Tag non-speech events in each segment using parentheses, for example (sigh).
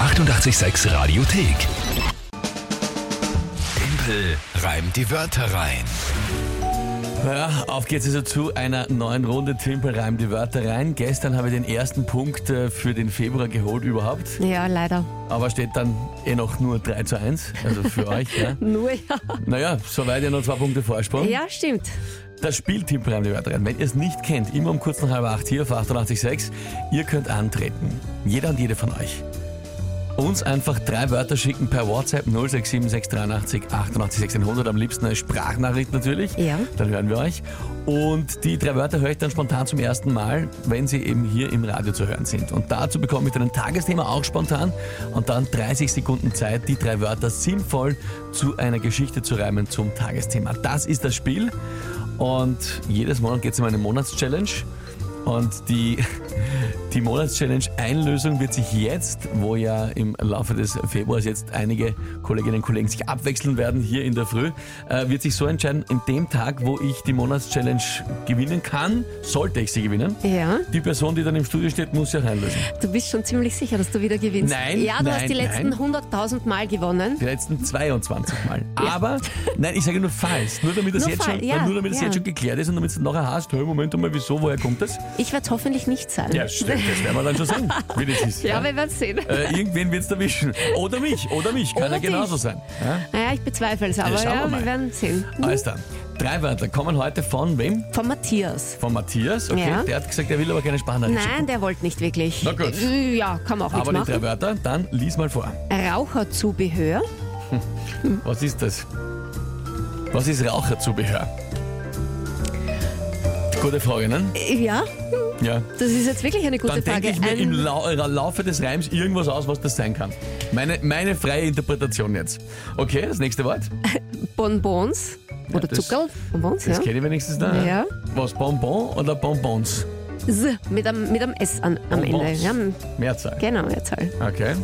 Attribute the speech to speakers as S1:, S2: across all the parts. S1: 886 Radiothek. Tempel reimt die Wörter rein.
S2: Ja, auf geht's also zu einer neuen Runde. Timpel reimt die Wörter rein. Gestern habe ich den ersten Punkt äh, für den Februar geholt überhaupt.
S3: Ja, leider.
S2: Aber steht dann eh noch nur 3 zu 1. Also für euch. Ja.
S3: Nur ja.
S2: Naja, soweit ihr noch zwei Punkte Vorsprung.
S3: Ja, stimmt.
S2: Das Spiel Timpel reimt die Wörter rein. Wenn ihr es nicht kennt, immer um kurz nach halb acht hier auf 886. Ihr könnt antreten. Jeder und jede von euch. Uns einfach drei Wörter schicken per WhatsApp 0676 88 100 am liebsten eine Sprachnachricht natürlich.
S3: Ja.
S2: Dann hören wir euch. Und die drei Wörter höre ich dann spontan zum ersten Mal, wenn sie eben hier im Radio zu hören sind. Und dazu bekomme ich dann ein Tagesthema auch spontan und dann 30 Sekunden Zeit, die drei Wörter sinnvoll zu einer Geschichte zu reimen zum Tagesthema. Das ist das Spiel. Und jedes Monat geht es um eine Monatschallenge. Und die, (laughs) die Monatschallenge Einlösung wird sich jetzt, wo ja im Laufe des Februars jetzt einige Kolleginnen und Kollegen sich abwechseln werden hier in der Früh, äh, wird sich so entscheiden, in dem Tag, wo ich die Monatschallenge gewinnen kann, sollte ich sie gewinnen.
S3: Ja.
S2: Die Person, die dann im Studio steht, muss sie auch einlösen.
S3: Du bist schon ziemlich sicher, dass du wieder gewinnst.
S2: Nein,
S3: Ja, du
S2: nein,
S3: hast die letzten
S2: nein.
S3: 100.000 Mal gewonnen.
S2: Die letzten 22 Mal. Aber, nein, ich sage nur falls. Nur damit das,
S3: Nur
S2: jetzt,
S3: fall-
S2: schon,
S3: ja,
S2: nur damit das
S3: ja.
S2: jetzt schon geklärt ist und damit es nachher hast, hey, Moment mal, wieso, woher kommt das?
S3: Ich werde es hoffentlich nicht sein.
S2: Ja, stimmt, das werden wir dann schon sehen, wie das ist.
S3: (laughs) Ja, wir werden sehen.
S2: Äh, irgendwen wird's erwischen. Oder mich, oder mich. Kann
S3: Oder
S2: ja genauso
S3: dich.
S2: sein. Ja?
S3: Naja, ich bezweifle es, aber
S2: schauen wir
S3: ja,
S2: mal.
S3: wir werden sehen.
S2: Alles dann. Drei Wörter kommen heute von wem?
S3: Von Matthias.
S2: Von Matthias. Okay,
S3: Ja.
S2: der hat gesagt, er will aber keine Sprachnachricht
S3: Nein, der wollte nicht wirklich.
S2: Na gut.
S3: Ja, kann man auch
S2: Aber die
S3: nichts
S2: drei
S3: machen.
S2: Wörter, dann lies mal vor.
S3: Raucherzubehör,
S2: Was ist das? Was ist Raucherzubehör? Gute Frage, ne?
S3: ja,
S2: Ja.
S3: das ist jetzt wirklich eine gute
S2: Dann denke
S3: Äh, Frage. Ähm,
S2: ich mir im
S3: Ein-
S2: Lau äh, Laufe des Reims irgendwas aus, was das sein kann. Meine, meine freie Interpretation jetzt. Okay, das nächste Wort.
S3: Bonbons oder
S2: das-
S3: Zuckerl, Bonbons,
S2: Das
S3: ja.
S2: kenne ich wenigstens da.
S3: Ja.
S2: Was, Bonbon oder Bonbons?
S3: Z, mit einem, mit einem S an, am Ende.
S2: Bonbons.
S3: Ja,
S2: Mehrzahl.
S3: genau, jetzt halt.
S2: Okay.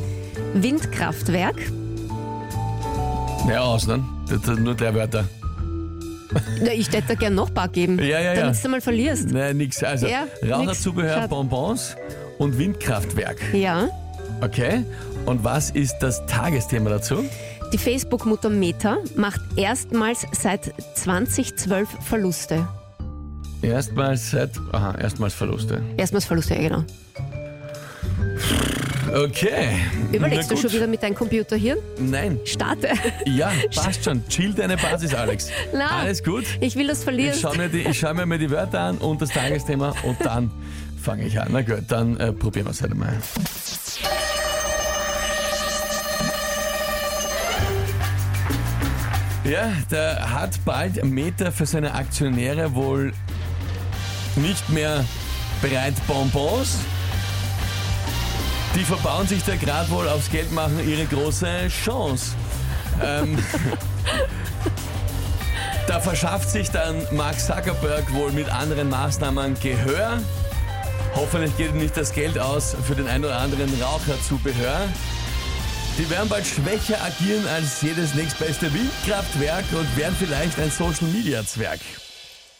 S3: Windkraftwerk,
S2: Naja, aus, ne? Das sind nur drei Wörter.
S3: Na, ich hätte da gern noch ein paar geben,
S2: Ja, ja, ja.
S3: damit du mal verlierst.
S2: Nein, nix. Also,
S3: Ja,
S2: Raucherzubehör,
S3: nix.
S2: Bonbons und Windkraftwerk.
S3: Ja,
S2: Okay. Und was ist das Tagesthema dazu?
S3: die Facebook-Mutter Meta macht erstmals seit 2012 Verluste.
S2: Erstmals seit. Aha, erstmals Verluste.
S3: Erstmals Verluste, ja genau.
S2: Okay.
S3: Überlegst
S2: Na
S3: du schon
S2: gut.
S3: wieder mit deinem Computer hier?
S2: Nein.
S3: Starte. (laughs)
S2: Ja, passt schon. Chill deine Basis, Alex.
S3: Na.
S2: Alles gut.
S3: Ich will, dass du
S2: Ich
S3: verlierst.
S2: schaue mir, die- ich schau mir mal die Wörter an und das Tagesthema und dann fange ich an. Na gut, dann äh, probieren wir es halt mal. Ja, da hat bald Meta für seine Aktionäre wohl nicht mehr bereit Bonbons. Die verbauen sich da gerade wohl aufs Geld machen ihre große Chance. Ähm, da verschafft sich dann Mark Zuckerberg wohl mit anderen Maßnahmen Gehör. Hoffentlich geht ihm nicht das Geld aus für den ein oder anderen Raucherzubehör. Die werden bald schwächer agieren als jedes nächstbeste Windkraftwerk und werden vielleicht ein Social Media Zwerg.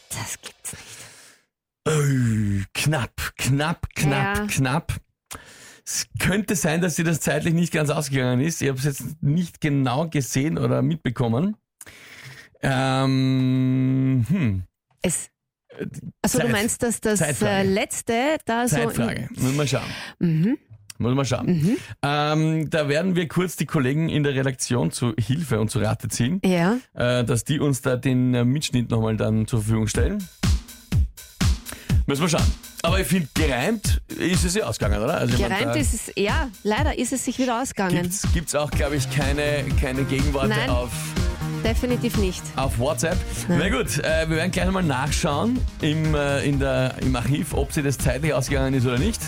S3: Das gibt's nicht.
S2: Äh, knapp, knapp, knapp,
S3: Ja.
S2: knapp. Es könnte sein, dass dir das zeitlich nicht ganz ausgegangen ist. Ich habe es jetzt nicht genau gesehen oder mitbekommen. Ähm, hm.
S3: Es, also
S2: Äh, Zeit-
S3: du meinst, dass das äh,
S2: Zeitfrage.
S3: letzte da so...
S2: Zeitfrage. Müssen wir schauen.
S3: Mhm.
S2: Muss mal schauen. Ähm, da werden wir kurz die Kollegen in der Redaktion zu Hilfe und zu Rate ziehen,
S3: Ja,
S2: äh, dass die uns da den äh, Mitschnitt nochmal dann zur Verfügung stellen. Müssen wir schauen. Aber ich finde, gereimt ist es ja ausgegangen, oder? Also ich mein,
S3: gereimt
S2: da
S3: ist es... Ja, leider ist es sich wieder ausgegangen.
S2: Gibt's, gibt's auch, glaube ich, keine, keine Gegenworte
S3: Nein.
S2: auf,
S3: Definitiv nicht.
S2: auf WhatsApp. Na gut, äh, wir werden gleich nochmal nachschauen im, äh, in der, im Archiv, ob sie das zeitlich ausgegangen ist oder nicht.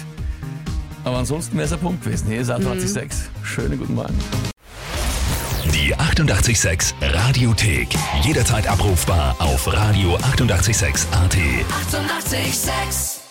S2: Aber ansonsten wäre es ein Punkt gewesen. Hier ist A26. Schönen guten Morgen.
S1: Die 886 Radiothek. Jederzeit abrufbar auf radio886.at. 886! 886.
S4: 886